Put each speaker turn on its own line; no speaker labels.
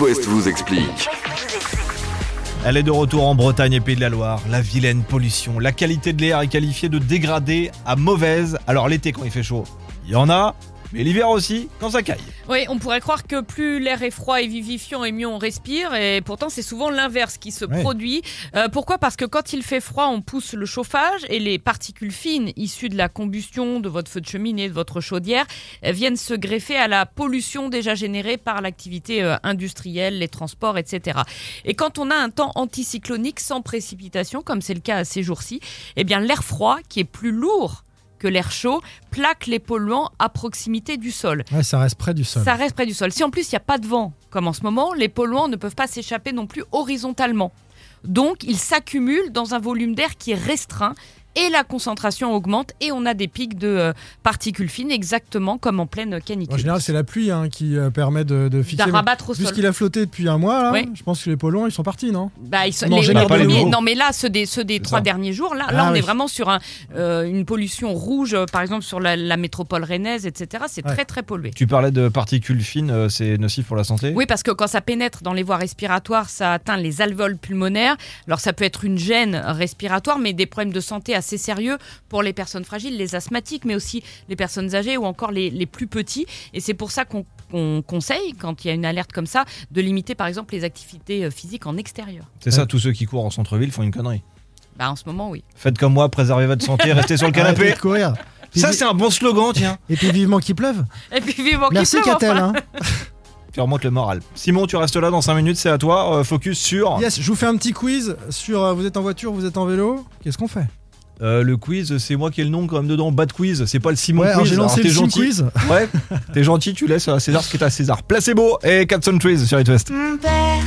West vous explique.
Elle est de retour en Bretagne et Pays de la Loire. La vilaine pollution, la qualité de l'air est qualifiée de dégradée à mauvaise. Alors l'été quand il fait chaud, il y en a, mais l'hiver aussi quand ça caille.
Oui, on pourrait croire que plus l'air est froid et vivifiant et mieux on respire, et pourtant c'est souvent l'inverse qui se
Ouais.
produit. Euh, pourquoi Parce que quand il fait froid, on pousse le chauffage et les particules fines issues de la combustion de votre feu de cheminée, de votre chaudière, euh, viennent se greffer à la pollution déjà générée par l'activité euh, industrielle, les transports, etc. Et quand on a un temps anticyclonique sans précipitation, comme c'est le cas à ces jours-ci, eh bien l'air froid, qui est plus lourd que l'air chaud, plaque les polluants à proximité du sol.
Ouais, ça reste près du sol.
Ça reste près du sol. Si en plus il n'y a pas de vent, comme en ce moment, les polluants ne peuvent pas s'échapper non plus horizontalement. Donc ils s'accumulent dans un volume d'air qui est restreint et la concentration augmente et on a des pics de euh, particules fines exactement comme en pleine canicule.
En général, c'est la pluie hein, qui euh, permet de, de fixer.
D'un rabattre au sol.
Puisqu'il a flotté depuis un mois, là,
Oui.
je pense que les polons, ils sont partis, non
Bah, ils sont-
Non,
les-
j'ai
les
pas
les
premiers-
mots.
non mais là, ceux des, ceux des
C'est
trois
ça.
derniers jours, là,
Ah
là on
oui.
est vraiment sur un, euh, une pollution rouge, euh, par exemple sur la, la métropole rennaise, etc. C'est
Ouais.
très très pollué.
Tu parlais de particules fines, euh, c'est nocif pour la santé
Oui, parce que quand ça pénètre dans les voies respiratoires, ça atteint les alvéoles pulmonaires. Alors ça peut être une gêne respiratoire, mais des problèmes de santé assez sérieux pour les personnes fragiles, les asthmatiques, mais aussi les personnes âgées ou encore les, les plus petits. Et c'est pour ça qu'on qu'on conseille, quand il y a une alerte comme ça, de limiter par exemple les activités euh, physiques en extérieur.
C'est ça, tous ceux qui courent en centre-ville font une connerie.
Bah, en ce moment, oui.
Faites comme moi, préservez votre santé, restez sur le
Arrêtez
canapé.
de courir. Puis
Ça
vi-
c'est un bon slogan, tiens.
Et puis vivement qu'il pleuve.
Et puis vivement qu'il
Merci
pleuve,
Catel.
enfin.
hein.
Tu remontes le moral. Simon, tu restes là dans 5 minutes, c'est à toi. Euh, focus sur
Yes, je vous fais un petit quiz sur euh, vous êtes en voiture, vous êtes en vélo. Qu'est-ce qu'on fait
Euh, le quiz. C'est moi qui ai le nom quand même dedans. Bad quiz, c'est pas le Simon
Ouais, alors
quiz.
j'ai lancé
Alors, t'es
le sim
gentil.
quiz.
euh, Ouais, t'es gentil, tu laisses à César ce qui est à César. Placebo et Cat Trees sur It West.
Mon père